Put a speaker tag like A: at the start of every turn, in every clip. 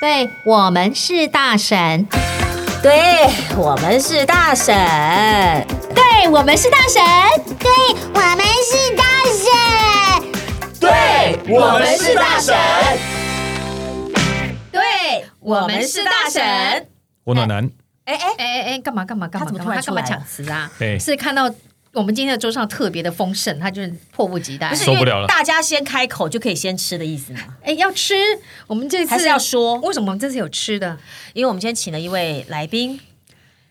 A: 对我们是大神，
B: 对我们是大婶，
A: 对我们是大神，
C: 对我们是大神，
D: 对我们是大神，
B: 对我们是大神。
D: 我暖男，
B: 哎哎，
E: 哎哎哎，干嘛干嘛干
B: 他
E: 嘛？
B: 怎么
E: 干
B: 突
E: 嘛
B: 然
E: 他
B: 出
E: 干
B: 来
E: 嘛
B: 了
E: 抢词啊？
D: 哎
E: 是看到我们今天的桌上特别的丰盛，他就是迫不及待。
B: 不是
D: 受
B: 因
D: 不
B: 为
D: 了了
B: 大家先开口就可以先吃的意思吗？
E: 哎，要吃，我们这
B: 还
E: 次
B: 是要说？
E: 为什么我们这次有吃的？
B: 因为我们今天请了一位来宾，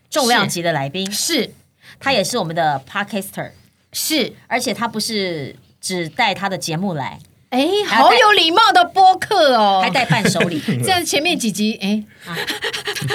B: 重量级的来宾，
E: 是
B: 他也是我们的 podcaster，
E: 是，
B: 而且他不是只带他的节目来，
E: 哎，
B: 还带
E: 好有礼貌的播客哦，
B: 还带伴手 礼。
E: 这样前面几集，哎，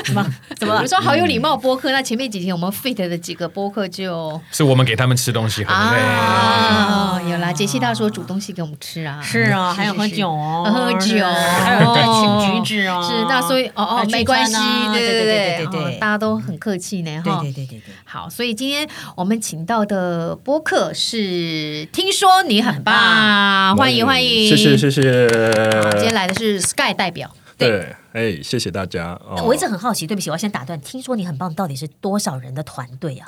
B: 怎么怎么
E: 我说好有礼貌播客，那前面几集我们 fit 的几个播客就是
D: 我们给他们吃东西，很累。
E: 啊，有啦，杰西大叔煮东西给我们吃啊，
B: 是哦，还有喝
E: 是
B: 酒哦，
E: 喝酒
B: 还有在请橘子哦。
E: 是，那所以哦哦
B: 还，去
E: 没关系
B: 穿啊，
E: 对
B: 对
E: 对
B: 对对
E: 哦
B: 对
E: 大家都很客气呢，哈。
B: 对对对对对，
E: 好，所以今天我们请到的播客是“听说你很
B: 啊
E: 棒”，欢迎欢迎，
F: 哦谢谢谢谢。
E: 好今天来的是 Sky 代表，
F: 对，哎，谢谢大家。哦
B: 我一直很好奇，对不起，我要先打断。听说你很棒，到底是多少人的团队啊？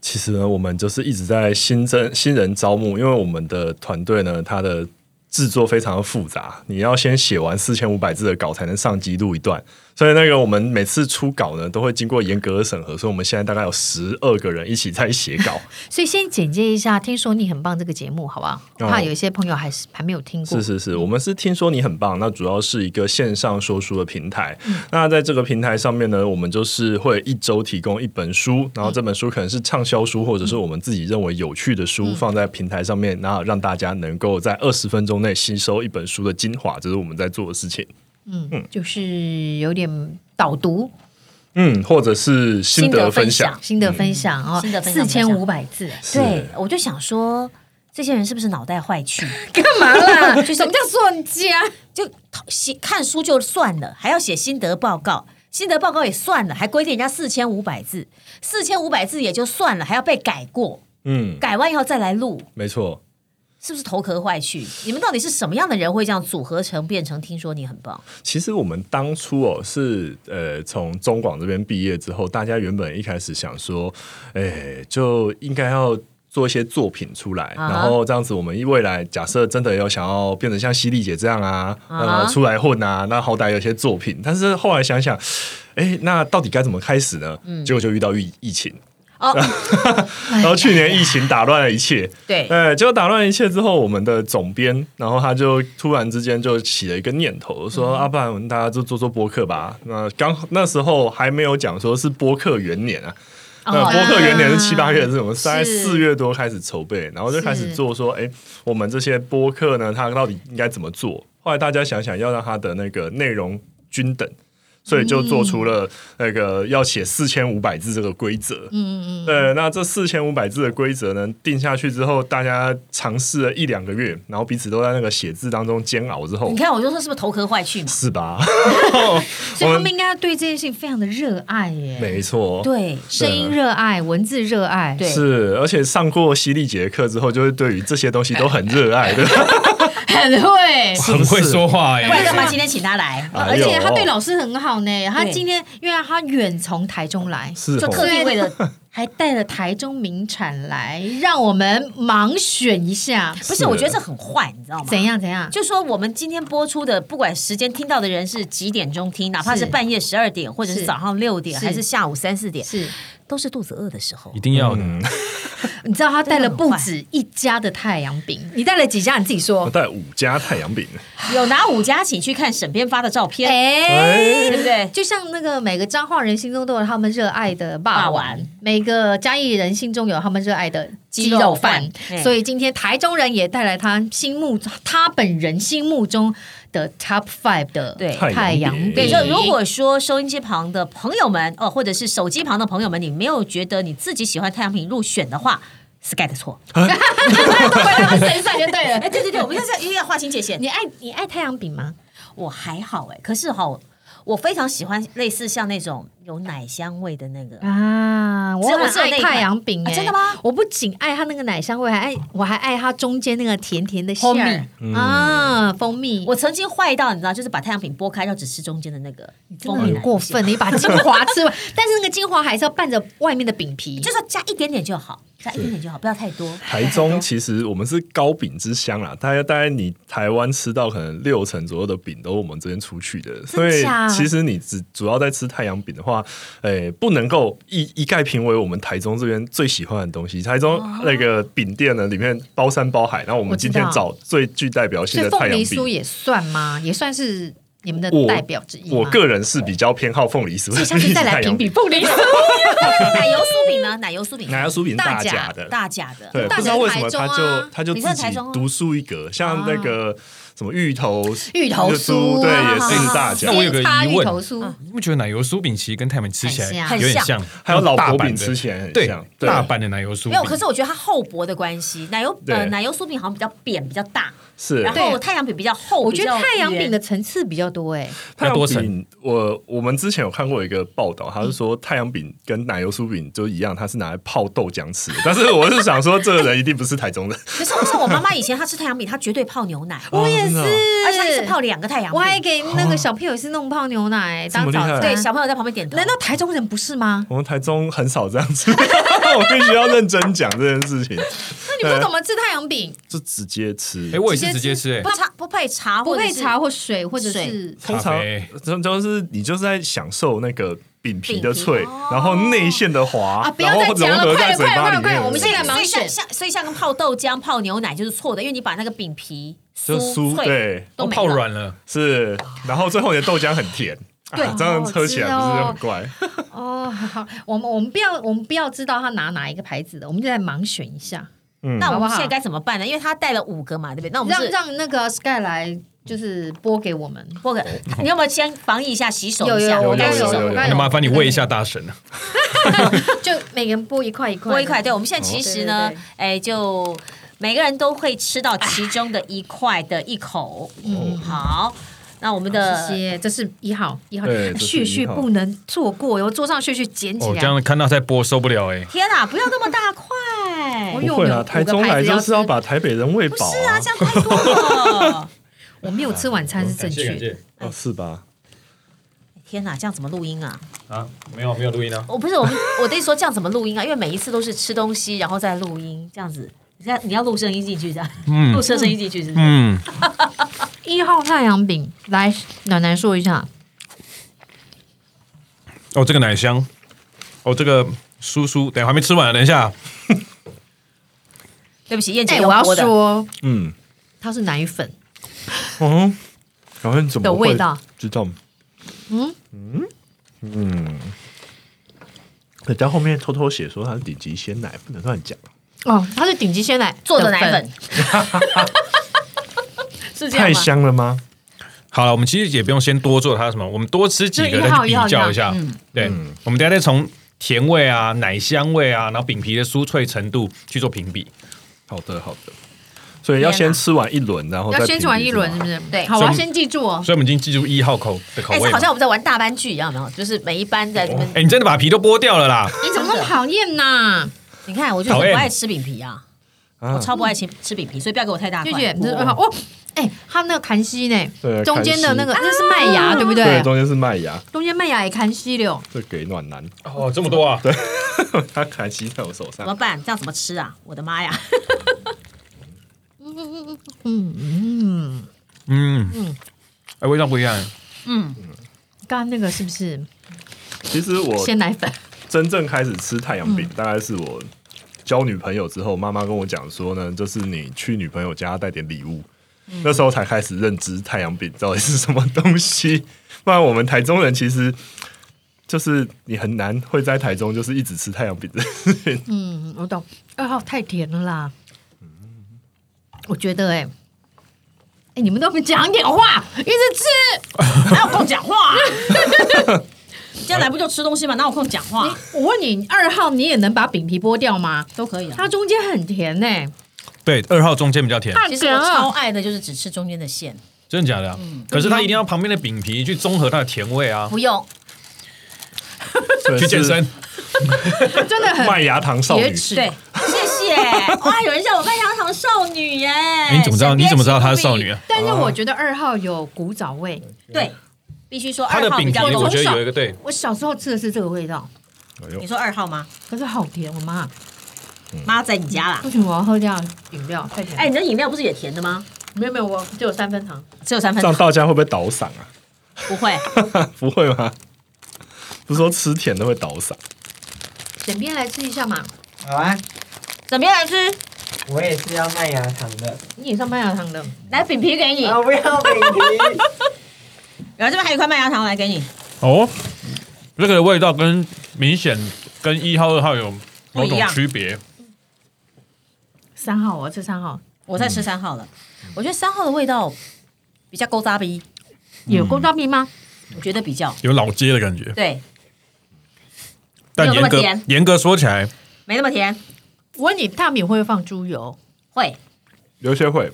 F: 其实呢，我们就是一直在新增新人招募，因为我们的团队呢，它的制作非常的复杂，你要先写完四千五百字的稿才能上机录一段，所以那个我们每次出稿呢，都会经过严格的审核，所以我们现在大概有十二个人一起在写稿。
E: 所以先简介一下“听说你很棒”这个节目，好不好？
F: 哦
E: 怕有一些朋友还是还没有听过
F: 是，是是，我们是听说你很棒，那主要是一个线上说书的平台。那在这个平台上面呢，我们就是会一周提供一本书，然后这本书可能是畅销书，或者是我们自己认为有趣的书，放在平台上面，然后让大家能够在二十分钟内吸收一本书的精华，这是我们在做的事情。
E: 嗯，就是有点导读、
F: 嗯，或者是心得分享。
E: 新的分享哦
B: 心得，分
E: 四
B: 享
E: 千五百字，
F: 是
B: 对，我就想说，这些人是不是脑袋坏去？
E: 干嘛啦？
B: 就是
E: 什么叫作家？
B: 就写看书就算了，还要写心得报告，心得报告也算了，还规定人家四千五百字，四千五百字也就算了，还要被改过，
F: 嗯，
B: 改完以后再来录，
F: 没错。
B: 是不是头壳坏去？你们到底是什么样的人会这样组合成变成？听说你很棒，
F: 其实我们当初哦是呃从中广这边毕业之后，大家原本一开始想说，哎，就应该要。做一些作品出来
B: 啊哈
F: 然后这样子，我们未来假设真的有想要变得像犀利姐这样啊
B: 啊哈
F: 呃，出来混啊，那好歹有些作品。但是后来想想，哎，那到底该怎么开始呢？
B: 嗯
F: 结果就遇到疫 疫情，
B: 哦，
F: 然后去年疫情打乱了一切，
B: 对，
F: 对，哎结果打乱一切之后，我们的总编，然后他就突然之间就起了一个念头，说：“啊，不然我们大家就做做播客吧。”那刚那时候还没有讲说是播客元年啊。那播客元年是七八月，是我们大概
E: 是
F: 四月多开始筹备，然后就开始
E: 是
F: 做说，哎，我们这些播客呢，它到底应该怎么做？后来大家想想，要让它的那个内容均等，所以就做出了那个要写四千五百字这个规则。
E: 嗯嗯嗯，
F: 对，那这四千五百字的规则呢，定下去之后，大家尝试了一两个月，然后彼此都在那个写字当中煎熬之后
B: 你，看我就说是不是头壳坏去嘛？
F: 是吧？
E: 所以他们应该对这件事情非常的热爱耶，
F: 没错，
B: 对，
E: 声音热爱，文字热爱，
B: 对
F: 是，而且上过犀利节课之后，就会对于这些东西都很热 爱的。
E: 很会。
D: 很会说话
B: 不然
D: 哎，
B: 干嘛今天请他来？
F: 哎
E: 而
F: 呦
E: 且他对老师很好呢，他
B: 对
E: 今天因为他远从台中来，
F: 是
B: 就特
F: 哦，
B: 地为了
E: 还带了台中名产来，让我们盲选一下，
B: 不是，我觉得这很坏，你知道吗？
E: 怎样怎样？
B: 就说我们今天播出的，不管时间听到的人是几点钟听，哪怕是
E: 是
B: 半夜十二点，或者是
E: 是
B: 早上六点，
E: 是
B: 还是下午三四点，
E: 是，
B: 都是肚子饿的时候
D: 一。定要的。
E: 你知道他带了
B: 真的很
E: 不
B: 坏
E: 止一家的太阳饼，你带了几家？你自己
F: 我
E: 说。
F: 带五家太阳饼，
B: 有拿五家请去看沈编发的照片，
E: 哎
B: 对不对？
E: 就像那个每个彰化人心中都有他们热爱的霸
B: 霸
E: 王
B: 王，
E: 每个嘉义人心中有他们热爱的
B: 鸡
E: 鸡
B: 肉
E: 肉
B: 饭
E: 饭，
B: 哎
E: 所以今天台中人也带来他心目他本人心目中的 top five 的
B: 对
E: 太阳饼。
B: 对，
F: 对
B: 就如果说收音机旁的朋友们，哦，或者是手机旁的朋友们，你没有觉得你自己喜欢太阳饼入选的话，Sky 的错。
E: 都怪他们身上就对了
B: 哎，。对对对，我们现 在又要划清界 限。
E: 你爱你爱太阳饼吗？
B: 我还好哎，可是哈，我非常喜欢类似像那种有奶香味的那个。
E: 啊啊，我
B: 只有
E: 很
B: 我只有
E: 爱
B: 那一
E: 太
B: 款
E: 阳饼、
B: 啊
E: 哎，
B: 真的吗？
E: 我不仅爱它那个奶香味，还爱我还爱它中间那个甜甜的馅
B: 蜂
E: 儿啊，蜂蜜。
B: 我曾经坏到你知道，就是把太阳饼剥开，要只吃中间的那个，
E: 真的很过分，你把精华吃完， 但是那个精华还是要伴着外面的饼皮，
B: 就是加一点点就好，加一点点就好，不要太多。
F: 台中其实我们是糕饼之乡啦，大概大概你台湾吃到可能六成左右的饼都是我们这边出去的，所以
E: 假
F: 其实你只主要在吃太阳饼的话，诶、不能够一一概评为我们台中这边最喜欢的东西。台中那个饼店呢，里面包山包海，然后我
E: 哦我
F: 们
E: 知
F: 今天
E: 道
F: 找最具代表性
E: 所以
F: 的
E: 凤
F: 太
E: 梨
F: 阳
E: 酥
F: 饼。
E: 也算吗？也算是你们的
F: 我
E: 代表之一吗
F: 我个人是比较偏好凤梨酥，
E: 所以下次 再来评比凤梨酥。
B: 奶油酥饼呢？ 奶油酥饼，
F: 奶油酥饼
E: 大
F: 大
E: 甲
F: 甲的，
B: 大甲的，
F: 对，
E: 大
F: 不知
E: 甲
F: 道为
E: 是
F: 什么
E: 台中
F: 他
E: 啊
F: 就他就
B: 你
F: 自
B: 是台
F: 己
B: 中啊
F: 独树一格，像那个什么芋头
E: 芋头酥
F: 对，
E: 啊
F: 也是大
D: 那
F: 奖。
D: 我有个疑
E: 煎芋
D: 问
E: 头酥，
D: 你不觉得奶油酥饼其实跟泰们吃起来
E: 很
D: 有点
B: 像
D: 像，
F: 还有老
D: 大
F: 婆
D: 阪
F: 饼
D: 的
F: 吃起来很
D: 对
F: 像，对
D: 大阪的奶油酥饼
B: 没有。可是我觉得它厚薄的关系，奶油呃
F: 对
B: 奶油酥饼好像比较扁，比较大，
F: 是
B: 然后太阳饼比较厚。
E: 我觉得
B: 比较
E: 太阳饼
B: 圆
E: 的层次比较多哎，
F: 太阳
D: 要多
F: 饼。我我们之前有看过一个报道，他是说太阳饼跟奶油酥饼就一样，它是拿来泡豆浆吃的。但是我是想说，这个人一定不是台中人，
B: 可是我像我妈妈以前她吃太阳饼，她绝对泡牛 奶，
F: 我也是
B: 而且她一次泡两个太阳
E: 哦我还
B: 饼。
E: 给那个小朋友是弄泡牛奶
F: 这么
E: 当早
F: 厉害
E: 餐。
F: 啊
B: 对，小朋友在旁边点头。
E: 难道台中人不是吗？
F: 我们台中很少这样吃。我必须要认真讲这件事情，
E: 那你不怎么吃太阳饼？
F: 就直接吃。
D: 哎，我也是直接吃哎
B: 不，茶不配茶，
E: 不
B: 或者
E: 配
B: 是
E: 茶或水，或者
B: 水
E: 是
F: 通
D: 咖
F: 常
D: 啡
F: 就就是你就是在享受那个饼皮的脆
B: 饼皮哦，
F: 然后内馅的滑，
E: 啊不要
F: 然
E: 再
F: 后
E: 讲
F: 融
E: 了
F: 合
E: 快
F: 在
E: 了
F: 嘴
E: 快了
F: 巴
E: 快了
F: 里面。
E: 快了我们现在忙
B: 所以
E: 选
B: 像像所以像跟泡豆浆、泡牛奶就是错的，因为你把那个饼皮
F: 就酥
B: 脆
F: 对
B: 都
D: 都
B: 没
D: 哦泡
B: 了。
D: 软了，
F: 是，然后最后你的豆浆很甜，
B: 对
F: 啊这样喝起来不是
E: 好好
F: 很怪？
E: 哦，好，我们我们不要我们不要知道他拿哪一个牌子的，我们就来盲选一下，
F: 嗯
B: 那我
E: 好
B: 们
E: 不好
B: 现在该怎么办呢？因为他带了五个嘛，对不对？那我们
E: 让
B: 是
E: 让那个 Sky 来就是播给我们。
B: 波哥，你有没有先防疫一下、洗手
E: 有
B: 一
E: 有
B: 下？
E: 有，我
F: 有
E: 刚
F: 有
E: 有，
F: 有
E: 我
F: 有
B: 哎
E: 刚
D: 那
E: 有，
D: 哎麻烦你喂一下大神啊。
E: 就每个人拨一块一块，
B: 多一块。对，我们现在其实呢
E: 哦对对对，
B: 哎，就每个人都会吃到其中的一块的一口。嗯，好，那我们
E: 这
B: 的
E: 些，这是一号一号，
F: 对这是
E: 旭旭
F: 一号
E: 不能错过哟，桌上旭旭
B: 嗯
E: 捡起
D: 哦，这
E: 来。
D: 样看到在播受不了哎。
B: 天啊哪，不要那么大块，
E: 我
F: 不
E: 用
F: 会
E: 有哦
F: 啦，
E: 五
F: 台
E: 个
F: 中
E: 牌
F: 来
E: 子
F: 就是要
E: 吃
F: 把台北人喂饱
B: 是啊，
F: 啊
B: 这，样太 多了。
E: 我没有吃晚餐是正确的。
F: 哦是吧？
B: 哎天哪，这样怎么录音啊？
D: 啊，没有没有录音啊。
B: 我哦不是我们，我的意思说这样怎么录音啊？因为每一次都是吃东西然后再录音，这样子，你看你要录声音进去这样，录车声音进去是不是？
D: 嗯，
E: 一号太阳饼，来暖暖说一下，
D: 哦，这个奶香，哦，这个酥酥，等一下还没吃完，等一下，
B: 对不起，燕姐、
E: 哎，我要，说
F: 嗯，
E: 它是奶粉，
F: 哦，然后你怎么
E: 的味
F: 会
E: 道
F: 知道？嗯嗯嗯，在后面偷偷写说它是顶级鲜奶，不能乱讲。
E: 哦，它是顶级鲜奶
B: 做的奶粉，
E: 是这样
F: 太
E: 吗？
F: 香了吗？
D: 好了，我们其实也不用先多做它什么，我们多吃几
E: 就
D: 个
E: 一号
D: 再去比较一下。对，我们等一下再从甜味啊、奶香味啊，然后饼皮的酥脆程度去做评比。
F: 好的，好的。所以要先吃完一轮，
D: 哦
F: 然后再
E: 要先
F: 评
E: 吃完
F: 比
E: 一
F: 是
E: 轮
F: 吗
E: 是不是？
B: 对
E: 好，我要先记住哦。
D: 所以我们已经记住一号口的口
B: 哎、
D: 味
B: 这
D: 嘛
B: 好。像我们在玩大班剧一样，有没有？就是每一班在这边，
D: 哎，你真的把皮都剥掉了啦！
E: 你怎么那么讨厌呐？
B: 你看我就是
D: 讨
B: 不
D: 厌
B: 爱吃饼皮啊，我
F: 啊，
B: 超不爱吃吃饼皮，所以不要给我太大
E: 拒
B: 块。
E: 绝，你这
B: 我
E: 哦，哎，它那个砍西呢
F: 对，
E: 中间的
F: 砍西
E: 那
B: 啊
E: 个那是麦芽对不
F: 对，
E: 对？
F: 中间是麦芽，
E: 中间麦芽也砍西了，
F: 这给暖男，
D: 哦，这么多啊！
F: 他卡西在我手
B: 怎么
F: 上。
B: 办？这样怎么吃啊？我的妈呀！
D: 嗯嗯，哎，味道不一样。
E: 刚刚那个是不是
F: 其实我
E: 鲜奶粉？
F: 真正开始吃太阳
E: 嗯
F: 饼，大概是我交女朋友之后，妈妈跟我讲说呢，就是你去女朋友家带点礼物，
E: 嗯
F: 那时候才开始认知太阳饼到底是什么东西。 不然我们台中人其实就是你很难会在台中就是一直吃太阳饼的事情。
E: 嗯，我懂。二号太甜了啦，我觉得哎、哎，你们都不讲点话，一直吃。
B: 哪有空讲话、啊？你今天来不就吃东西吗？哪有空讲话？啊
E: 我问你，二号你也能把饼皮剥掉吗？
B: 都可以啊。
E: 它中间很甜呢、
D: 对，二号中间比较甜，
E: 太
B: 其实我
E: 甜
B: 超
E: 了。
B: 爱的就是只吃中间的馅，
D: 真的假的啊？可是它一定要旁边的饼皮去综合它的甜味啊。
B: 不用
F: 所 以
D: 去
F: 是
D: 健身，
E: 真的很
F: 麦芽糖少
E: 铁
F: 女，
E: 齿。
B: 对，谢 谢。哇，有人叫我麦芽糖少女耶！
D: 哎你怎么知道？
B: 身边
D: 你怎么知道她是少
B: 请
D: 女啊？
E: 但是我觉得二号有古早味，
B: 注意？对，必须说
D: 她
B: 二
D: 的
B: 号
D: 饼
B: 比
D: 皮
B: 较浓。
D: 我觉得有一个对，
E: 我小时候吃的是这个味道，
F: 哎呦
B: 你，说二号吗？
E: 可是好甜，我妈
D: 嗯
B: 妈在你家啦。
E: 为什么我要喝这样饮料？太甜了！
B: 哎，你的饮料不是也甜的吗？
E: 没有没有，我只有三分糖。
B: 只有三分
F: 这样大家会不会倒嗓
B: 不会。
F: 啊？ 不会吗？不是说吃甜的会倒嗓？
E: 枕边来吃一下嘛，
G: 好啊，
B: 怎么样来吃？
G: 我也是要麦芽糖的。
E: 你也上麦芽糖的，
B: 来饼皮给你，
G: 啊，不要 饼皮。
B: 然后这边还有一块麦芽糖来给你。
D: 哦，这个味道跟明显跟一号、二号有某
B: 不一
D: 种
B: 样
D: 区别。
E: 三号我要吃三号，
B: 我
D: 嗯
B: 在吃三号了，我觉得三号的味道比较勾扎鼻，
E: 有公道蜜吗？
B: 我觉得比较
D: 有老街的感觉，
B: 对，
D: 但
B: 没有那
D: 严
B: 么
D: 格
B: 甜
D: 严格说起来，
B: 没那么甜。
E: 我问你，大米会不会放猪油？
B: 会，
F: 有些会，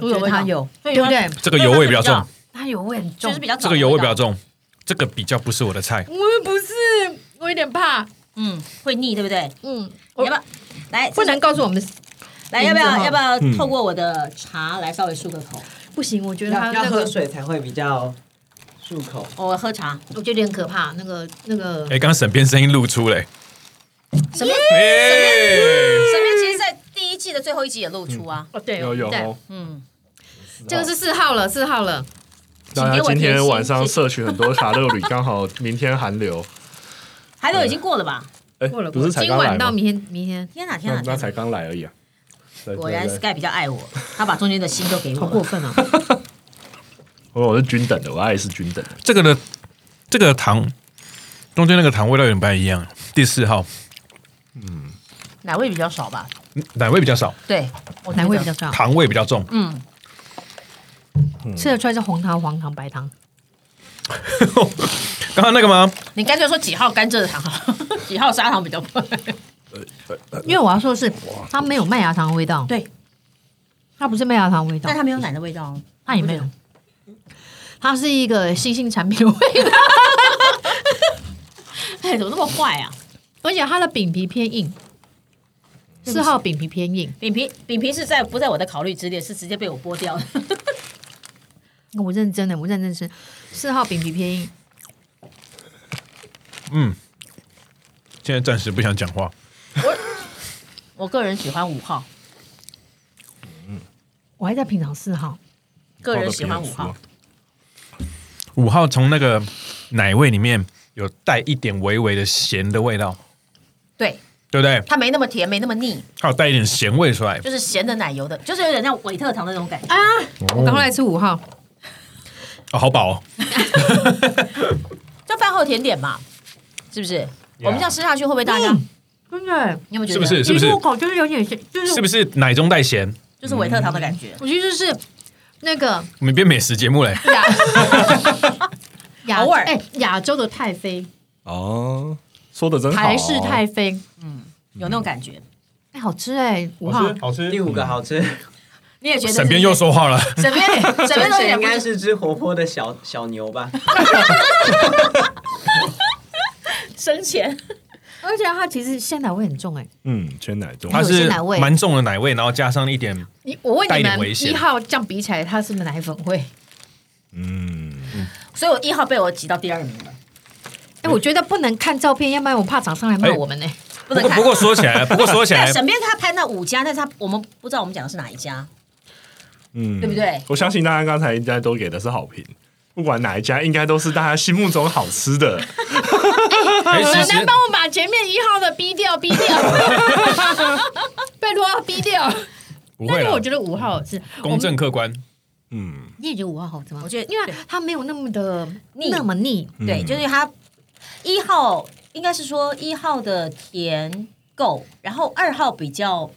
E: 猪油味
B: 它
E: 道，
B: 有，
E: 对不对？
D: 这个油味比较重，
E: 它油味很重，
B: 就是比较早
D: 这个油味比较
B: 的道，
D: 重，这个比较不是我的菜。
E: 我也不是，我有点怕。
B: 嗯，会腻，对不对？
E: 嗯，
B: 要
E: 我
B: 不要来？
E: 不能告诉我们，
B: 来，要不
E: 名字
B: 要
E: 哈
B: 要不要
F: 嗯
B: 透过我的茶来稍微漱个口？
E: 不行，我觉得它
G: 要要
E: 那个
G: 喝，水才会比较漱口。
B: 我喝茶，
E: 我觉得有点可怕。那个那个，
D: 哎，刚刚沈边声音露出嘞，
B: 什么？
D: 哎
B: 沈边其实，在第一季的最后一集也露出啊。
E: 哦对
F: 有有
E: 对
F: 哦。
B: 嗯，
E: 这个是四号了，四号了。
F: 大
B: 请
F: 家
B: 给我
F: 今
B: 甜
F: 天
B: 心
F: 晚上
B: 谢谢
F: 摄取很多卡路 里，刚好明天寒流，
B: 还都已经过了吧？
F: 哎，
E: 过了，
F: 不是才
E: 今
F: 刚来
E: 晚到
F: 吗？
E: 明天，明天
B: 天哪，天
F: 那
B: 哪，
F: 那
B: 天哪
F: 才刚来而已啊。对
B: 果然
F: 对对
B: Sky 比较爱我，他把中间的心都给
E: 好
B: 我
E: 过
B: 了。
E: 分啊！
F: 哦我我是均等的，我爱是均等的。
D: 这个的这个糖中间那个糖味道有点不太一样。第四号
B: 奶味比较少吧？
D: 奶味比较少，
B: 对，
E: 奶味比较重，
D: 糖味比较重。
B: 嗯，
E: 吃得出来是红糖、黄糖、白糖。
D: 刚刚那个吗？
B: 你干脆说几号甘蔗糖好，几号砂糖比较不会？
F: 呃
E: 因为我要说的是，它没有麦芽糖的味道，
B: 对，
E: 它不是麦芽糖的味道
B: 但，它没有奶的味道哦，
E: 它也没有，它是一个新兴产品的味道，
B: 哎，怎么那么坏啊？
E: 而且它的饼皮偏硬，四号饼皮偏硬，
B: 饼皮饼皮是在不在我的考虑之列，是直接被我剥掉的。
E: 哦我认真的，我认真吃，四号饼皮偏硬，
D: 嗯，现在暂时不想讲话。
B: 我个人喜欢五号，
E: 我还在品尝四号，
B: 个人喜欢五
F: 我
B: 号
F: 的，
D: 五号从那个奶味里面有带一点微微的咸的味道，
B: 对，
D: 对不对？
B: 它没那么甜，没那么腻，
D: 它有带一点咸味出来。
B: 就是咸的奶油的，就是有点像韦特糖的那种感觉。
E: 我赶快来吃五号，
D: 哦，好饱、哦，
B: 就饭后甜点嘛，是不是我们这样吃下去会不会大家？
E: 真的，
B: 你有没有觉
D: 是
B: 得？
D: 不是？是
E: 一
D: 不是
E: 入？口就是有点，就是
D: 是不是奶中带咸？
B: 就是韦特糖的感觉？
E: 我觉得就是那个
D: 我们变美食节目嘞。
E: 亚亚
B: 偶尔
E: 哎亚洲的太妃，
F: 哦，说的真好，
E: 台式太妃，
B: 有那种感觉？
E: 哎好吃哎，五号。
D: 好吃
G: 第五个好吃，
B: 你也觉得？
D: 沈边又，说话了，
B: 沈边， 沈边都有
G: 这
B: 点
G: 应
B: 不
G: 该是只活泼的小小牛吧？
B: 生前。
E: 而且它其实鲜奶味很重哎、
F: 嗯，缺奶中，
D: 它
E: 有一些
D: 是
E: 奶味
D: 蛮重的奶味，然后加上一点，
E: 你我问
D: 带一
E: 你
D: 点
E: 们
D: 危险
E: 一号这样比起来，它是不是奶粉味？
F: 嗯，
B: 所以我一号被我挤到第二名了，
E: 哎、我觉得不能看照片，要不然我怕厂商
D: 哎
E: 来骂我们呢、
B: 不
D: 不
B: 能
D: 过
B: 看。
D: 不过说起 来，不过说起来
B: 但，啊沈边他拍那五家，但是他我们不知道我们讲的是哪一家，
F: 嗯，
B: 对不？对？
F: 我相信大家刚才应该都给的是好评，不管哪一家，应该都是大家心目中好吃的。
D: 哎，
E: 能
D: 其实
E: 帮我把前面一号的逼掉，逼 掉，拜托逼掉。
D: 不
E: 但
D: 会
E: 是我
D: 了
E: 觉，得五号是
D: 公，正客观。
F: 嗯，
E: 我们你也觉得五号好吃吗？
B: 我觉得
E: 因为它没有那么的
B: 腻
E: 那么腻。
F: 嗯
B: 对，就是他一号应该是说一号的甜够，然后二号比较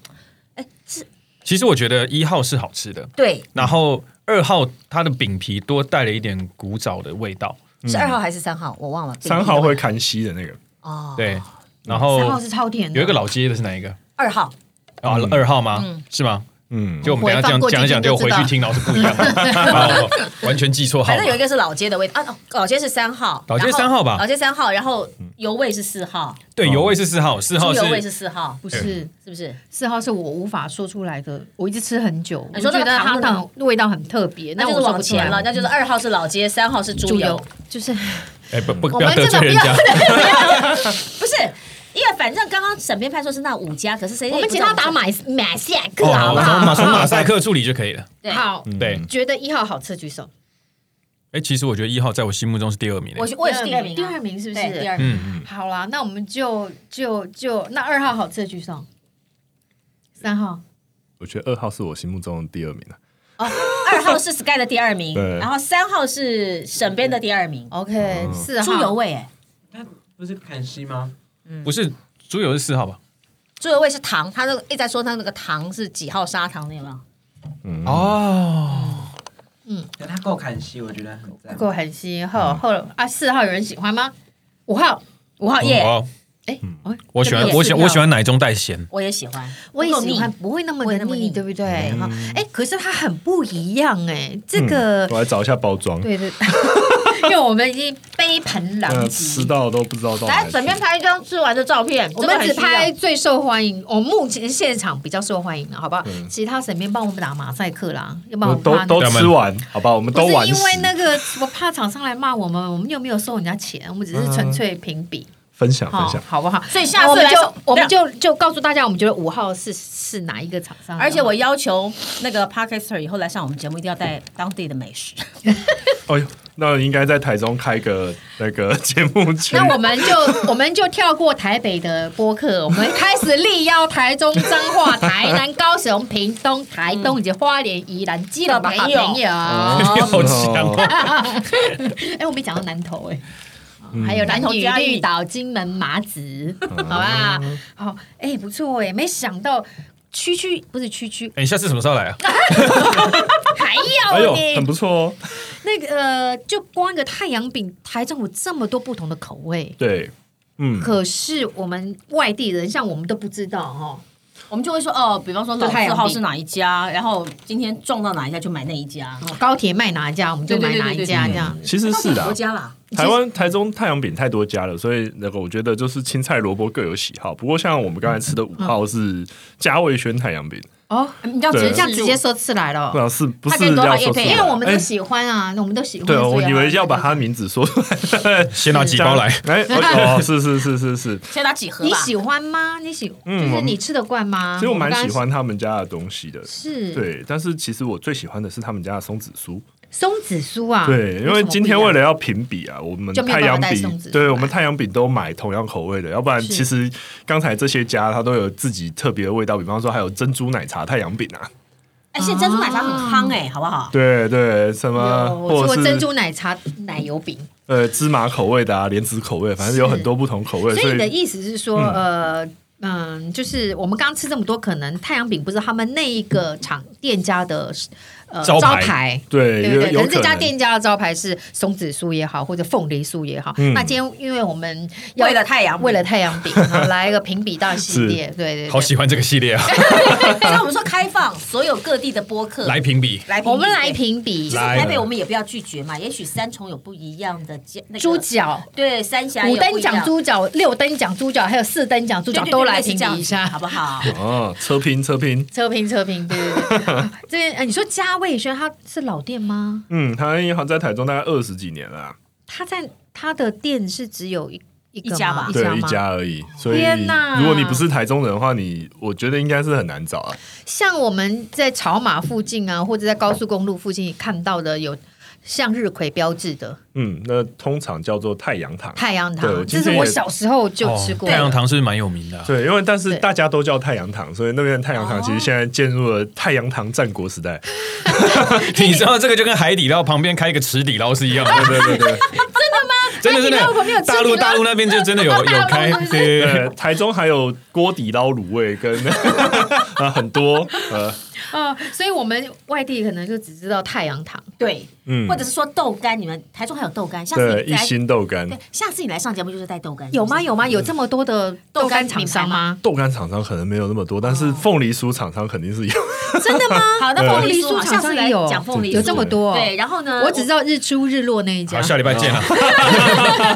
D: 其实我觉得一号是好吃的，
B: 对，
D: 然后二号它的饼皮多带了一点古早的味道，
B: 是二号还是三号？我忘了。
F: 三号会看稀的那个，
B: 哦，
D: 对。然
E: 三号
D: 后
E: 是超甜的，
D: 哦有一个老街的是哪一个？
B: 二号
D: 啊
F: 嗯，
D: 二号吗？是吗？
F: 嗯，
D: 就我们等一下
E: 回放
D: 讲
E: 过
D: 讲一讲，
E: 进
D: 就
E: 去就
D: 回
E: 知道
D: 去听，然后是不 一样的，哦完全记错号
B: 反
D: 码
B: 正。有一个是老街的味道啊，哦，老街是三号，
D: 老街
B: 然后
D: 三号吧
B: 老街三号，然后油味是四号，
F: 哦
D: 对，油味是四号，四号
B: 猪
E: 哦
D: 是
B: 油味是四号，
E: 不
D: 哎
E: 是
B: 是不是？
E: 四号是我无法说出来的，我一直吃很久，
B: 你说
E: 我觉
B: 那个
E: 得它
B: 糖
E: 的味道很特别，
B: 那
E: 但
B: 就是
E: 我说
B: 往
E: 不出来
B: 前了，那就是二号是老街，三号是猪
E: 猪
B: 油
E: 油，就是
D: 哎、不不
E: 我
D: 不要
E: 们
D: 得
E: 真的
D: 罪
E: 不
D: 人
E: 要
D: 家，
B: 不是。因为反正刚刚审编派说是那五家，可是谁
E: 我们请他打马马赛克
D: 哦
E: 好不
D: 从马
E: 好？
D: 从马赛克处理就可以了。
B: 对
E: 好，
D: 嗯对，
E: 觉得一号好吃举手。
D: 哎，其实我觉得一号在我心目中是第二名。欸
B: 我我也是第二名啊，
E: 第二名是不是
B: 对第二名，
D: 嗯嗯，
E: 好啦，那我们就就就那二号好吃的举手，三号
F: 我觉得二号是我心目中的第二名啊了。
B: 二号是 Sky 的第二名
F: 对，
B: 然后三号是沈编的第二名，
D: 哦
E: OK，四
B: 猪油
E: 号
B: 味哎，
G: 他不是砍西吗？
F: 嗯
D: 不是猪油是四号吧？
B: 猪油味是糖，他那个一直在说他那个糖是几号砂糖，你有没有？
F: 嗯，
D: 哦，
G: 可他够砍西，我觉得很赞。
E: 够很稀，后后啊四号有人喜欢吗？五号五号哦耶，
D: 我
E: 哎，哎
D: 哦嗯我喜欢
E: 这边有
D: 我喜
E: 四
D: 欢
E: 票
D: 我喜欢奶中带咸，
B: 我也喜欢，
E: 我也喜欢，
B: 不够
E: 不会
B: 腻，
E: 那么
B: 不会
E: 的
B: 那么
E: 腻，
B: 腻
E: 对不对？
D: 嗯
E: 哈，哎，可是它很不一样哎，这个
F: 嗯我来找一下包装，
E: 对对， 因为我们已经杯盆
F: 那
D: 呃
E: 狼
F: 吃
E: 藉。
F: 到都不知道到哪
B: 来
F: 里
B: 沈编
F: 去
B: 拍一张吃完的照片，
E: 我们只
B: 真的很需要
E: 拍最受欢迎，我、目前现场比较受欢迎了，好不好？
F: 嗯
E: 其他沈编帮我们打马赛克啦，要不然
F: 我
E: 我怕
F: 都
E: 那个
F: 都吃完，好吧，我们都
E: 不
F: 完
E: 是
F: 食
E: 因为那个，我怕厂商来骂我们，我们又没有收人家钱，我们只是纯粹评比，
F: 分享啊分
E: 好
F: 享，
E: 好不好？
B: 所以下次
E: 我们
B: 来
E: 就
B: 说
E: 我们就就告诉大家，我们觉得五号是是哪一个厂商？啊
B: 而且我要求那个 Podcaster 以后来上我们节目，一定要带当地的美食。
F: 哎呦，那应该在台中开个那 个节目区。
E: 那我们就我们就跳过台北的播客，我们开始力邀台中、彰化、台南、高雄、屏东、台东以及花莲、宜兰、基隆的好朋
B: 的朋
E: 友。
D: 好强哦！
E: 哎、我没讲到南投哎、
F: 嗯
E: 还有南投、
B: 南投嘉义
E: 绿岛、金门、麻子，好吧？好，哎、不错哎、没想到区区不是区区，
D: 哎，你下次什么时候来啊？
E: 还
F: 哎
E: 要
F: 呦
E: 呢、，
F: 很不错哦。
E: 那个、呃、就光一个太阳饼，台中有这么多不同的口味，
F: 对，嗯，
E: 可是我们外地人像我们都不知道哦。
B: 我们就会说哦，比方说
E: 就
B: 老
E: 太
B: 字
E: 阳
B: 号
E: 饼
B: 是哪一家，然后今天撞到哪一家就买那一家，
E: 高铁卖哪一家，我们就买哪一家，这样。
F: 其实是的
B: 多
F: 啊。
B: 家啦。
F: 台湾台中太阳饼太多家了，所以那个我觉得就是青菜萝卜各有喜好。不过像我们刚才吃的五号
E: 嗯
F: 是嘉味轩太阳饼，
E: 哦，
B: 你这样
F: 对
E: 这样直接说出来了
F: 不，然是不
B: 他可
F: 是
B: 以多
F: 要
B: 打业
F: 说出
B: 配
F: 来？
E: 因为我们
F: 哎
E: 都喜欢啊，那我们都喜欢。
F: 对啊，
E: 所
F: 我以为要把
E: 它。
F: 他名字说出来，
D: 先拿 几包来，
F: 哎， 哦，是是是是是，
E: 啊
B: 先打几盒啊吧。
E: 你喜欢吗？你喜，
F: 嗯
E: 就是
F: 我
E: 你吃得惯吗？
F: 其实我蛮
E: 刚刚
F: 喜欢他们家的东西的。
E: 是
F: 对，但是其实我最喜欢的是他们家的松子酥。
E: 松子酥啊。
F: 对，因为今天为
E: 为什么不一样
F: 了要评比啊，我们
E: 就没有办
F: 太
E: 法
F: 阳
E: 带松
F: 饼
E: 子，出
F: 对
E: 来
F: 我们太阳饼都买同样口味的，要不然
E: 是
F: 其实刚才这些家它都有自己特别的味道，比方说还有珍珠奶茶太阳饼啊，
B: 哎，现在珍珠奶茶很夯哎，好不好？
F: 对对，什么
E: 有我吃
F: 呃或者
E: 过
F: 是
E: 珍珠奶茶奶油饼，
F: 呃芝麻口味的啊，莲子口味，反正有
E: 是
F: 很多不同口味，
E: 所以
F: 所
E: 你的
F: 以
E: 意思是说，呃，嗯，就是我们刚刚吃这么多，可能太阳饼不是他们那一个厂店家的呃
D: 招牌
E: 牌
F: 对
E: 对不对，可
F: 有有
E: 能这
F: 可
E: 家
F: 能。
E: 店家的招牌是松子酥也好，或者凤梨酥也好。
F: 嗯
E: 那今天因为我们要
B: 为了太阳饼，
E: 为了太阳饼，然后来一个评比大系 列，对对对，
D: 好喜欢这个系列啊！
B: 所以我们说开放所有各地的播客
D: 来评比，
B: 来评比，
E: 我们来
B: 对。
E: 评比
B: 其实
D: 来
B: 台北我们也不要拒绝嘛，也许三重有不一样的街那个
E: 猪脚。
B: 对三峡
E: 五
B: 也有不
E: 等
B: 一样
E: 奖猪脚、六等奖猪脚，还有四等奖猪
B: 对
E: 脚
B: 对对
E: 都来
B: 类似
E: 评
B: 这样
E: 比一下，
B: 子好不好？
F: 哦，车拼车拼，
E: 车评车评，对对对。 啊这边哎，你说嘉味轩它是老店吗？
F: 嗯，他银行在台中大概二十几年了啊，
E: 它在它的店是只有一一个
B: 一家
E: 吗
B: 吧
E: 一
F: 对
E: 家，
F: 一
E: 吗？
F: 家而已。所以
E: 天哪
F: 如果你不是台中人的话，你我觉得应该是很难找啊。
E: 像我们在草马附近啊，或者在高速公路附近看到的有向日葵标志的
F: 嗯，那通常叫做太阳糖。
E: 太阳
F: 对我
E: 糖，
F: 今
E: 这
F: 天
E: 是我
F: 也
E: 小时候就吃过
D: 哦太阳
E: 的。
D: 糖是蛮有名的啊，
F: 对，因为但是
E: 对
F: 大家都叫太阳糖，所以那边的太阳
B: 哦
F: 糖其实现在进入了太阳糖战国 时代。
D: 你知道这个就跟海底捞旁边开一个池底捞是一样的，
F: 对对对
D: 真的真
E: 海底捞旁边有
D: 的，
E: 池底捞
D: 大陆大陆那边就真的有有 开，对对对
F: 对，台中还有锅底捞卤味跟 啊很多呃，
E: 啊，所以我们外地可能就只知道太阳糖。
B: 对，
F: 嗯
B: 或者是说豆干，你们台中还有豆干，下次
F: 对，
B: 你
F: 一
B: 来，
F: 心豆干
B: 对，，下次你来上节目就是带豆干，
E: 有吗？
B: 是不是？
E: 有吗？有这么多的豆干厂商吗？
F: 豆干厂商可能没有那么多，但是凤梨酥厂商肯定是有。
B: 哦真的吗？ 好，那凤梨酥
E: 凤梨酥
B: 下
E: 厂
B: 次
E: 商
B: 来
E: 也有
B: 讲凤梨酥，
E: 有这么多哦
B: 对，然后呢，
E: 我只知道日出日落那一家
D: 好，。下礼拜见啊 了。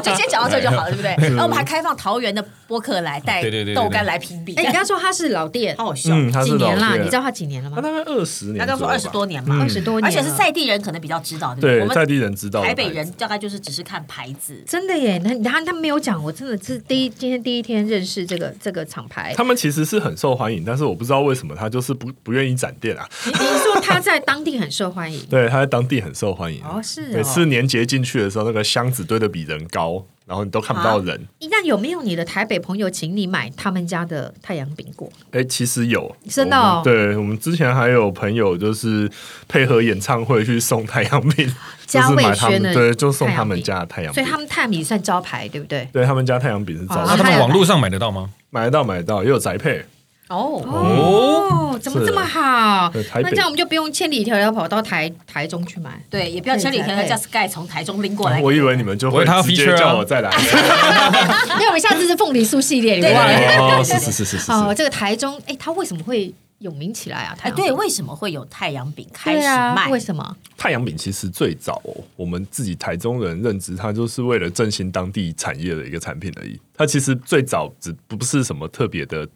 B: 就先讲到这就好了，对不对？然后我们还开放桃园的播客来带
D: 对对对对
B: 豆干来评比，
E: 哎，你刚刚说他是老店，
B: 好好笑，
F: 嗯，他
E: 几
F: 是老
E: 年啦？
F: 店
E: 你知道他几年了吗
F: 他？大概二十年，嗯
B: 他刚说二十多。年嘛，
E: 二十多年了，
B: 而且是在地人可能比较知道，对
F: 对，
B: 不对？
F: 在
B: 我们
F: 地人知道的
B: 台
F: 牌子。
B: 北人大概就是只是看牌子，
E: 真的耶，那他他没有讲，我真的是第一今天第一天认识这个这个厂牌。
F: 他们其实是很受欢迎，但是我不知道为什么他就是不不愿意展店啊。
E: 你你说他在当地很受欢迎，
F: 对，他在当地很受欢迎。
E: 哦是哦
F: 每次年节进去的时候，那个箱子堆的比人高，然后你都看不到人。
E: 那有没有你的台北朋友请你买他们家的太阳饼果？
F: 哎、其实有，
E: 真的哦
F: 我们对我们之前还有朋友就是配合演唱会去送太阳 饼，就
E: 嘉
F: 是
E: 伟
F: 买他
E: 轩的
F: 们对，就送
E: 太阳
F: 他们
E: 饼
F: 家的太阳
E: 所
F: 饼
E: 以。他们太米算招牌，对不对？
F: 对他们家太阳饼是
E: 哦
F: 早
D: 那
F: 上
D: 他
E: 还
D: 们
E: 有
D: 网络上买得到吗？
F: 买得到，买得到，也有宅配。
B: 哦，
E: 哦，怎么这么好？
F: 对台北
E: 那这样我们就不用千里迢迢跑到台台中去 买。
B: 对，也不要千里迢迢叫 Sky 从台中拎过来，
F: 我以为你们就
D: 我
F: 会
D: 以为他要
F: 直
D: feature
F: 接
D: 啊
F: 叫我再来。
E: 哦那我们下次是凤梨酥系列，你们忘了？
F: 哦，是是是是是是。
E: 哦，这个台中，哎，它为什么会有名起来啊？太
B: 哎，
E: 阳饼
B: 对，为什么会有太阳饼开
E: 对
B: 始卖
E: 啊，？为什么？
F: 太阳饼其实最早、哦、我们自己台中人认知，它就是为了振兴当地产业的一个产品而已。它其实最早只不是什么特别的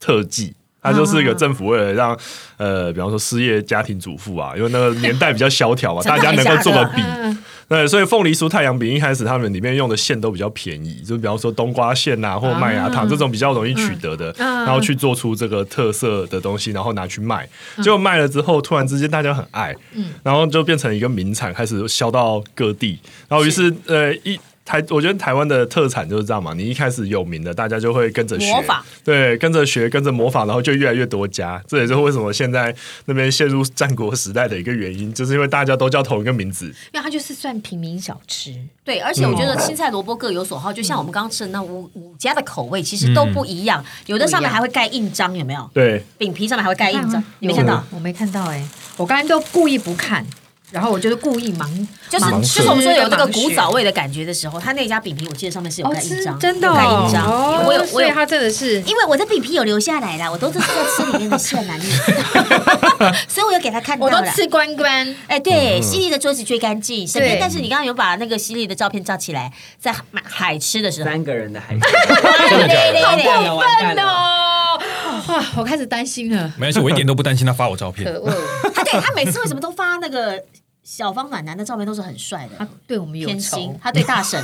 F: 特技。它就是一个政府为了让，呃，比方说失业家庭主妇啊，因为那个年代比较萧条嘛，
B: 真
F: 大
B: 的
F: 家能够做个比
E: 嗯
F: 对，所以凤梨酥太阳饼一开始他们里面用的馅都比较便宜，就比方说冬瓜馅啊或麦芽糖、这种比较容易取得的，然后去做出这个特色的东西，然后拿去卖。结果卖了之后，突然之间大家很爱，然后就变成一个名产，开始销到各地。然后于是呃一。台，我觉得台湾的特产就是这样嘛，你一开始有名的，大家就会跟着学
B: 模仿，
F: 对，跟着学，跟着模仿，然后就越来越多家。这也就是为什么现在那边陷入战国时代的一个原因，就是因为大家都叫同一个名字，
E: 因为它就是算平民小吃，
B: 对，而且我觉得青菜萝卜各有所好，就像我们刚刚吃的那五五家的口味，其实都嗯不一样，有的上面还会盖印章，有没有？
F: 对，
B: 饼皮上面还会盖印章
E: 啊，
B: 你没看到？
E: 我没看到哎、我刚才都故意不看，然后我就是故意盲，
B: 就是
E: 盲
B: 就
E: 吃
B: 是我们说有这个古早
E: 盲
B: 味的感觉的时候，他那家饼皮我记得上面是有
E: 选。哦，
B: 盖印章，
E: 真真的、
B: 有
E: 哦，
B: 盖印章，
E: 哦
B: 因为我有我
E: 所以
B: 有。
E: 它真的是
B: 因为我的饼皮有留下来啦，我都是要吃里面的馅啦，你知 道 所以我有给他看到
E: 我
B: 了
E: 都。吃关关，
B: 哎，对，犀利的桌子最干净，沈
E: 对
B: 边。但是你刚刚有把那个犀利的照片照起来，在海海吃的时候，
G: 三个人的孩子，
B: 对对对
G: 好
B: 对，
G: 过分哦！
E: 哦，哇，我开始担心了，
D: 没关系，我一点都不担心他发我照片
E: 可。恶，
B: 他对他每次为什么都发那个小方暖男的照片都是很帅的
E: 他，对我们有
B: 偏心
E: 仇，，
B: 他对 大婶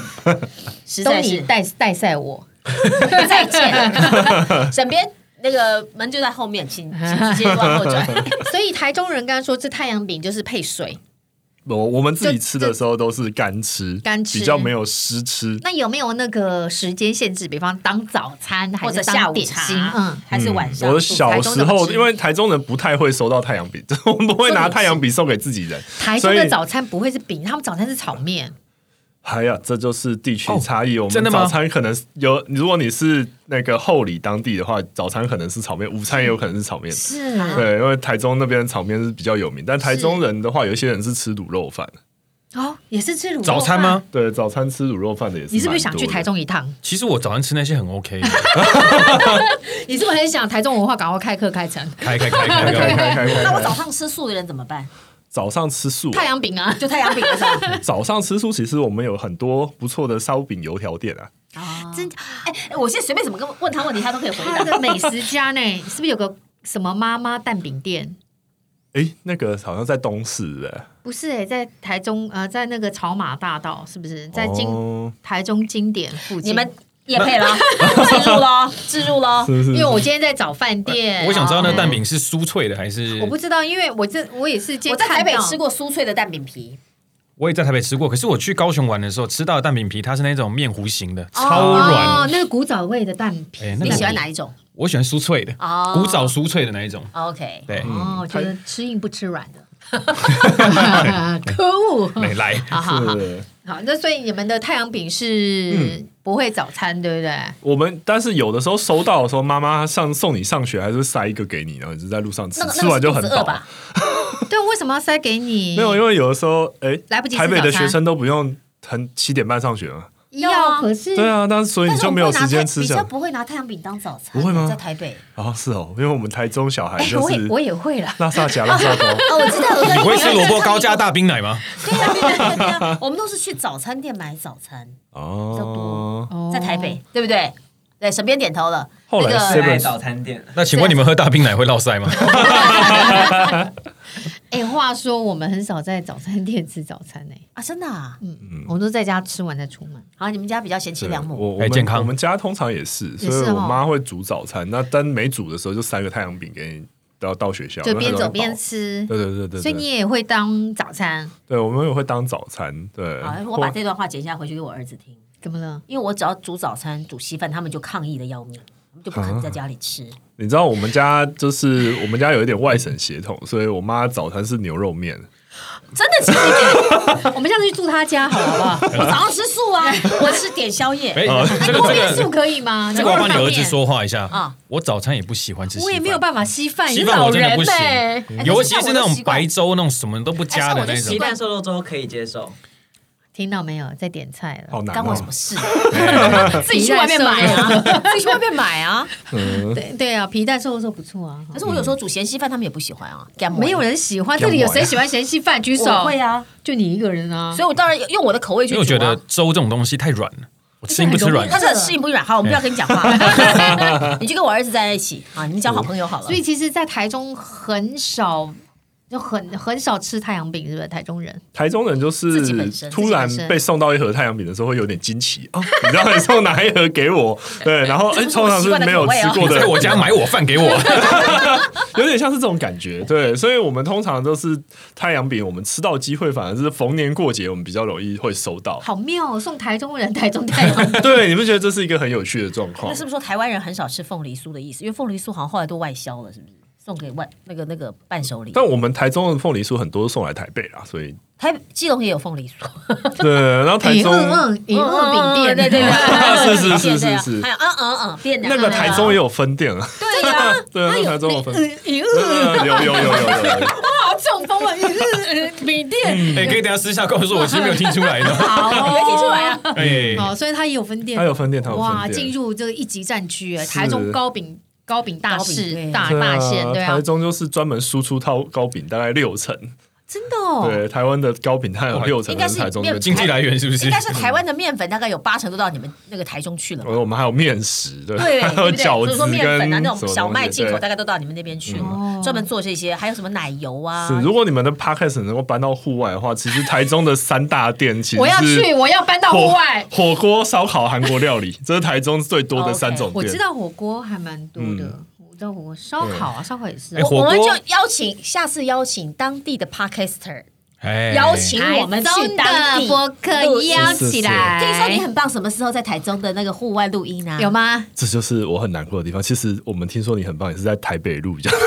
B: 实
E: 都
B: 在
E: 你
B: 是
E: 带带赛我，
B: 再见， 沈边。那个门就在后面，请请直接往 后转。
E: 所以台中人刚刚说这太阳饼就是配水，
F: 我我们自己吃的时候都是干吃，
E: 干吃
F: 比较没有湿吃。
E: 那有没有那个时间限制？比方当早餐还
B: 或者
E: 是
B: 下
E: 当
B: 午
E: 点心？
B: 茶，
E: 嗯，
B: 还是晚上。
F: 我小时候，因
B: 为
F: 为台中人不太会收到太阳饼， 我们不会拿太阳饼送给自己人。
E: 台中
F: 所
E: 的
F: 以，
E: 早餐不会是饼，他们早餐是炒面。
F: 哎呀，这就是地区差异。我
D: 哦真
F: 们
D: 的吗
F: 早餐可能有，如果你是那个后里当地的话，早餐可能是炒面，午餐也有可能是炒面。
E: 是啊
F: 对，因为台中那边炒面是比较有名，但台中人的话，有一些人是吃卤肉饭。
E: 哦，也是吃卤肉
D: 早餐
E: 饭？
D: 吗？
F: 对，早餐吃卤肉饭的也是。
E: 你是不是想去台？中一趟？
D: 其实我早上吃那些很 OK，的
E: 你是不是很想台中文化赶快开课开成
D: 开开开开
F: 开开
D: 开。
F: 开开开。
B: 那我早上吃素的人怎么办？
F: 早上吃素啊，
E: 太阳饼啊？
B: 就太阳饼的时候。
F: 早上吃素，其实我们有很多不错的烧饼油条店啊。
E: 真
B: 哎我现在随便怎么跟问他问题，他都可以回
E: 他
B: 答。
E: 的美食家呢？ 是不是有个什么妈妈蛋饼店？
F: 诶，那个好像在东市的，
E: 不是哎、在台中呃，在那个草马大道是不是在经、
F: 哦
E: 台中经典附近？
B: 你们也配了，置入喽，置入喽。
F: 是不是
E: 因为我今天在找饭店，
D: 嗯我想知道那个蛋
E: 哦。
D: 饼是酥脆的还是
E: 我？不知道，因为我这我也是今天
B: 我在台北
E: 看到
B: 吃过酥脆的蛋饼皮，
D: 我也在台北吃过，可是我去高雄玩的时候吃到的蛋饼皮，它是那种面糊型的，超
E: 哦
D: 软。，
E: 那个古早味的蛋皮，
D: 哎那个
B: 你喜欢
D: 我
B: 哪一种
D: 我喜欢酥脆的，
B: 哦
D: 古早酥脆的那一种。
B: ？OK，
D: 对，
E: 哦，觉
F: 台
E: 得吃硬不吃软 的，可恶！
D: 来来，
E: 好好好，
F: 是嗯
E: 好，那所以你们的太阳饼是不会早餐，对不对？
F: 我们但是有的时候收到的时候，妈妈上送你上学还是会塞一个给你，然后你就在路上吃，
B: 那个
F: 吃完就很
B: 那个是肚子饿
F: 饱。
B: 吧？
E: 对，为什么要塞给你？
F: 没有，因为有的时候，哎，
E: 嗯来不及吃
F: 台北
E: 早
F: 的
E: 餐
F: 学生都不用很七点半上学嘛。
E: 要，可是
F: 对啊，但是所以你
B: 但是
F: 就
B: 我
F: 没
B: 们
F: 有
B: 会拿
F: 时
B: 太
F: 间吃
B: 比
F: 这
B: 较
F: 样。
B: 不会拿太阳饼当早餐，
F: 不会吗
B: 在台北。
F: 哦，是哦，因为我们台中小孩
E: 哎，
F: 就
E: 我也
F: 是
E: 我也会啦。
F: 拉萨夹拉萨多，
B: 哦，我知道，我跟
D: 你
B: 你
D: 会吃萝卜糕加大冰奶 吗？
B: 对啊，对啊，对啊，我们都是去早餐店买早餐，
F: 哦，
B: 在台北，对不对？对，沈边点头了。
F: 后来
B: 那
G: 最
B: 个
G: 爱早餐店，
D: 那请问你们喝大冰奶会 落腮吗？
E: 哎，话说我们很少在早餐店吃早餐呢，
B: 啊，真的啊，
F: 嗯
E: 我们都在家吃完再出门。
B: 好，你们家比较贤妻
F: 对
B: 良母，
F: 我我
D: 哎
F: 们
D: 健康
F: 我们家通常也是，
E: 也
F: 所以
E: 是
F: 我
E: 哦
F: 妈会煮早餐，那但没煮的时候就塞个太阳饼给你，到到学校
E: 就边走边。
F: 那很容易
E: 吃
F: 饱，对对对对，
E: 所以
F: 对
E: 你也会当早餐？
F: 对我们也会当早餐，对
B: 好，，我把这段话剪下回去给我儿子听，
E: 怎么了？
B: 因为我只要煮早餐、煮稀饭，他们就抗议的要命，他们就不肯在家里吃。
F: 你知道我们家就是我们家有一点外省血统，所以我妈早餐是牛肉
B: 嗯
F: 面。
B: 真的，其实
E: 我们下次去住他家好了好不 好？
B: 我早上吃素 啊，我吃点宵夜。
D: 哎，这个
E: 锅
D: 这
E: 边素
D: 个，
E: 可以吗？
D: 这个我帮你儿子说话一下
B: 啊
D: 啊！我早餐也不喜欢吃，
E: 嗯我也没有办法稀饭，
D: 稀
E: 你
D: 饭
E: 老
D: 我真的
E: 人
D: 不
E: 呢、
D: 行，尤其
B: 哎可
D: 是那
B: 是像我都
D: 种
B: 习惯
D: 白粥那种什么都不加的
B: 哎
D: 那
B: 像我
D: 种
B: 就习
G: 鸡。蛋瘦肉粥可以接受，
E: 听到没有？在点菜了
F: 好，难
B: 干我
F: 哦
B: 什么事？
E: 自
B: 自己去外面买。啊，自己去外面买啊。
E: 对对啊，皮蛋瘦肉粥不错啊。
B: 可是我有时候煮咸稀饭，他们也不喜欢啊，干嘛
E: 没有人喜欢，这里有谁喜欢咸稀饭？举手。
B: 我会啊，
E: 就你一个人啊。
B: 所以我当然用我的口味去
D: 因为
B: 煮啊。
D: 我觉得粥这种东西太软了，我吃硬不吃软
B: 他。这适应不软，好，我们不要跟你讲话，你就跟我儿子在一起啊，你们交好朋友好了。
E: 所以其实，在台中很少，就很很少吃太阳饼，是不是？台中人
F: 台中人就
B: 自己本身
F: 是突然
E: 自己本身
F: 被送到一盒太阳饼的时候会有点惊奇啊，你知道你送哪一盒 给我？对，然后哎，通常是没有吃过
D: 你在
F: 的，
D: 我家买我饭给 我，
F: 有点像是这种感觉。对，所以我们通常都是太阳饼，我们吃到机会反而是逢年过节，我们比较容易会收 到。
E: 好妙、哦，送台中人台中太阳饼。
F: 对，你不觉得这是一个很有趣的状
B: 那
F: 况
B: 是？不是说台湾人很少吃凤梨酥的意思？因为凤梨酥好像后来都外销了，是不是？送给外那个那个伴手礼。
F: 但我们台中的凤梨酥很多送来台北啦，所以
B: 台基隆也有凤梨酥，
F: 对，然后台
E: 以
F: 中
B: 嗯
E: 二二以二饼店，
B: 对对对，
F: 是是是
B: 对啊
F: 是是
B: 还有嗯嗯嗯变的
F: 那个台中也有分店啊，
B: 对啊，
F: 对，那台中有
B: 呃
F: 分店。
E: 以二
F: 嗯有有有有有有，
E: 好中风啊！以二饼店。
B: 嗯
D: 哎，可以等一下私下告诉我，其实没有听出来 的。
E: 好、哦，
B: 没听出来啊。
D: 哎，
E: 哦，所以它也有分店，
F: 它有分店它有分店
E: 哇，进入这个一级战区，哎
F: 是
E: 台中高饼高饼大
B: 高饼
E: 市
B: 对
E: 大
F: 对
E: 大
F: 啊
E: 县，对啊
F: 台，中就是专门输出到糕饼，大概六成。
E: 真的哦。
F: 对，台湾的糕饼它有六
B: 哦
F: 成
B: 应该是
F: 台中的
D: 经济来源是不是
B: 应？该是台湾的面粉大概有八成都到你们那个台中去了嘛。
F: 呃，我们还有面食，对，
B: 对，
F: 还
B: 对
F: 有
B: 不对？
F: 饺
B: 所以
F: 子
B: 说
F: 跟
B: 面粉啊，那
F: 什
B: 种
F: 么
B: 小麦
F: 东西
B: 进口
F: 对
B: 大概都到你们那边去了，专门做这些，还有什么奶油啊？
F: 是，如果你们的 podcast 能够搬到户外的话，其实台中的三大店其实
E: 我要去，
F: 是
E: 我要搬到户
F: 火
E: 外。
F: 火锅、烧烤、韩国料理，这是台中最
B: 哦
F: 多的三种
E: 我知
F: 店。嗯
E: 道火锅还蛮多的，我知道火锅、烧烤啊，烧烤也是啊
D: 哎。
B: 我我们
D: 火
B: 就
D: 锅
B: 邀请下次邀请当地podcaster
D: 哎
B: 邀请我们
E: 台
B: 去
E: 中
B: 当
E: 的
B: 地
E: 博客邀
F: 是是
E: 起
F: 是
E: 来。
B: 听说你很棒，什么时候在台中的那个户外录音啊？
E: 有？吗？
F: 这就是我很难过的地方。其实我们听说你很棒，也是在台北路这样。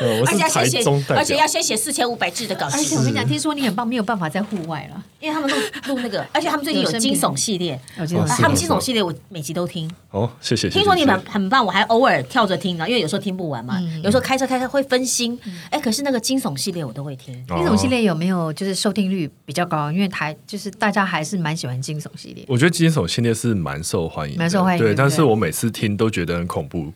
F: 呃我
B: 而
F: 是
B: 且要
F: 台
B: 先
F: 中
B: 写，
F: 代
B: 而且
F: 表
B: 要。先写四千五百字的稿
E: 而且
B: 子，
E: 哎我跟你讲，听说你很棒，没有办法在户外了。
B: 因为他们录录那个， 而且他们最近有惊悚系列，
E: 有这
F: 哦
E: 种
B: 啊
F: 是
E: 事
B: 他们
F: 是
B: 惊悚系列我每集都听。
F: 哦，谢谢。
B: 听说
F: 谢
B: 你
F: 谢
B: 们很棒，我还偶尔跳着听呢，因为有时候听不完嘛，有时候开车开车会分心。哎，可是那个惊悚系列我都会听。
E: 惊悚系列有没有就是收听率比较高？因为台就是大家还是蛮喜欢惊悚系列。
F: 我觉得惊悚系列是蛮受欢迎的，
E: 蛮受欢迎对不
F: 对，
E: 对
F: 但是我每次听都觉得很恐怖，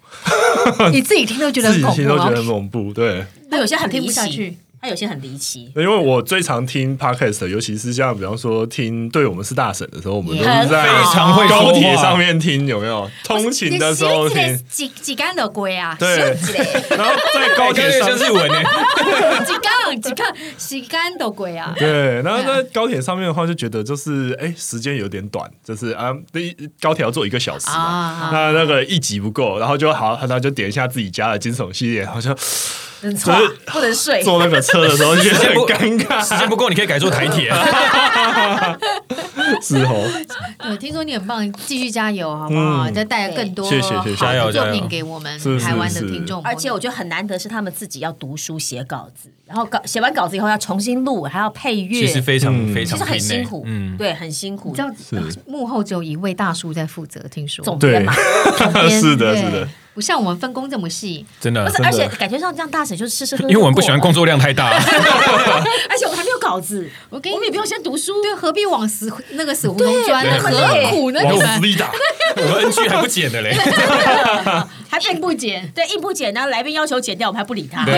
E: 你自己听都觉得
F: 哦自
E: 很恐
F: 己听
E: 怖
F: 都觉
E: 哦
F: 得，很恐怖。对，
B: 那有些很
E: 听
B: 离
E: 不下去
B: 奇，。它有些很离奇。
F: 因为我最常听 podcast，的尤其是像比方说听《对我们是大神》的时候，我们都
E: 也
F: 是在
D: 非常会说话
F: 高铁上面听，有没有？通勤的时候
E: 你是一个
F: 听，
E: 几几干的鬼啊？
F: 对，然后在高
D: 高
F: 铁
D: 铁
F: 上
D: 生日文呢？哎
E: 几干几干几干的鬼啊？
F: 对，然后在高铁上面的话，就觉得就是哎，时间有点短，就是啊，第一高铁要坐一个小时嘛
E: 啊，
F: 那那个一集不够，然后就好，然后就点一下自己家的惊悚系列，然后就
B: 很差
F: 可是，
B: 不能睡。
F: 坐那个车的时候就觉得很
D: 不
F: 尴
D: 时间
F: 尬，
D: 啊不够，你可以改做台铁。
F: 是哦，
E: 对，听说你很棒，继续加油好不好？
F: 嗯
E: 再带来更多
F: 谢谢谢谢
E: 好
D: 加油
E: 的作
D: 加油
E: 品给我们
F: 是是
E: 台湾的
F: 是
E: 听众朋友，
B: 而且我觉得很难得是他们自己要读书写稿子，然后稿写完稿子以后要重新录，还要配乐，
D: 其实非常、
F: 嗯
D: 非
B: 其
D: 常
B: 实很
D: 拼欸
B: 辛苦，
D: 嗯，
B: 对，很辛苦
E: 你知。道幕后只有一位大叔在负责，听说
B: 总
F: 对
B: 编嘛，，
F: 是的，
E: 对
F: 是的，，
E: 不像我们分工这么细，
D: 呃真的
B: 不，是，
F: 真的
B: 而且感觉上这样大婶就是吃吃喝喝，
D: 因为我们不喜欢，工作量太大。
B: 而且我们还没有稿子，
E: 我给你们也不用先读书，对，何必往死那个死胡同钻呢？
D: 对
E: 何苦呢？你们
D: 力打，我们 NG 还不减 的嘞。
E: 还并不减，
B: 对，硬不剪，然后来宾要求剪掉，我们还不理他，
D: 对，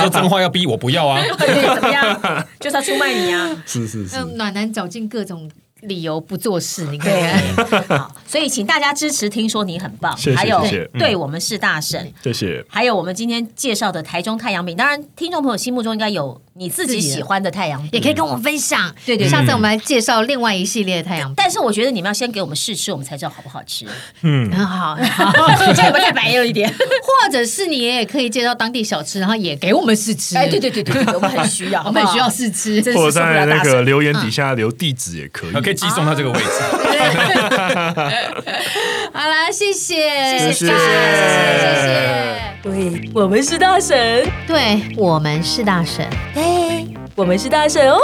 D: 说真话要逼我不要啊。
B: 对，怎么样？就是要出卖你 啊！
F: 是是是，
E: 让暖男找尽各种理由不做事，你看看。
B: 好，所以请大家支持，听说你很棒，
F: 谢谢
B: 还有
F: 谢谢
D: 嗯
B: 对我们是大神。
F: 谢谢。
B: 还有我们今天介绍的台中太阳饼，当然听众朋友心目中应该有你自己喜欢的太阳饼，
E: 也可以跟我们分享，
B: 对对对
E: 下次我们来介绍另外一系列的太阳饼。
B: 但是我觉得你们要先给我们试吃，我们才知道好不好吃。
E: 很好，很
B: 嗯
E: 好
B: 这有没有太白又一 点？
E: 或者是你也可以介绍当地小吃，然后也给我们试吃。
B: 哎，对，对对对， 对我们很需要，
E: 我们
B: 好不
E: 也
B: 好
E: 需要试吃。
B: 真是
F: 或者
B: 受不了
F: 在
B: 大
F: 那
B: 神
F: 个留言底下留地址也可以，
D: 呃可以寄送到这个位置，
E: 好啦，谢谢，
F: 谢谢
E: 谢谢，谢谢。
H: 对，我们是大神，
E: 对我们是大神。
H: 我们是大神哦。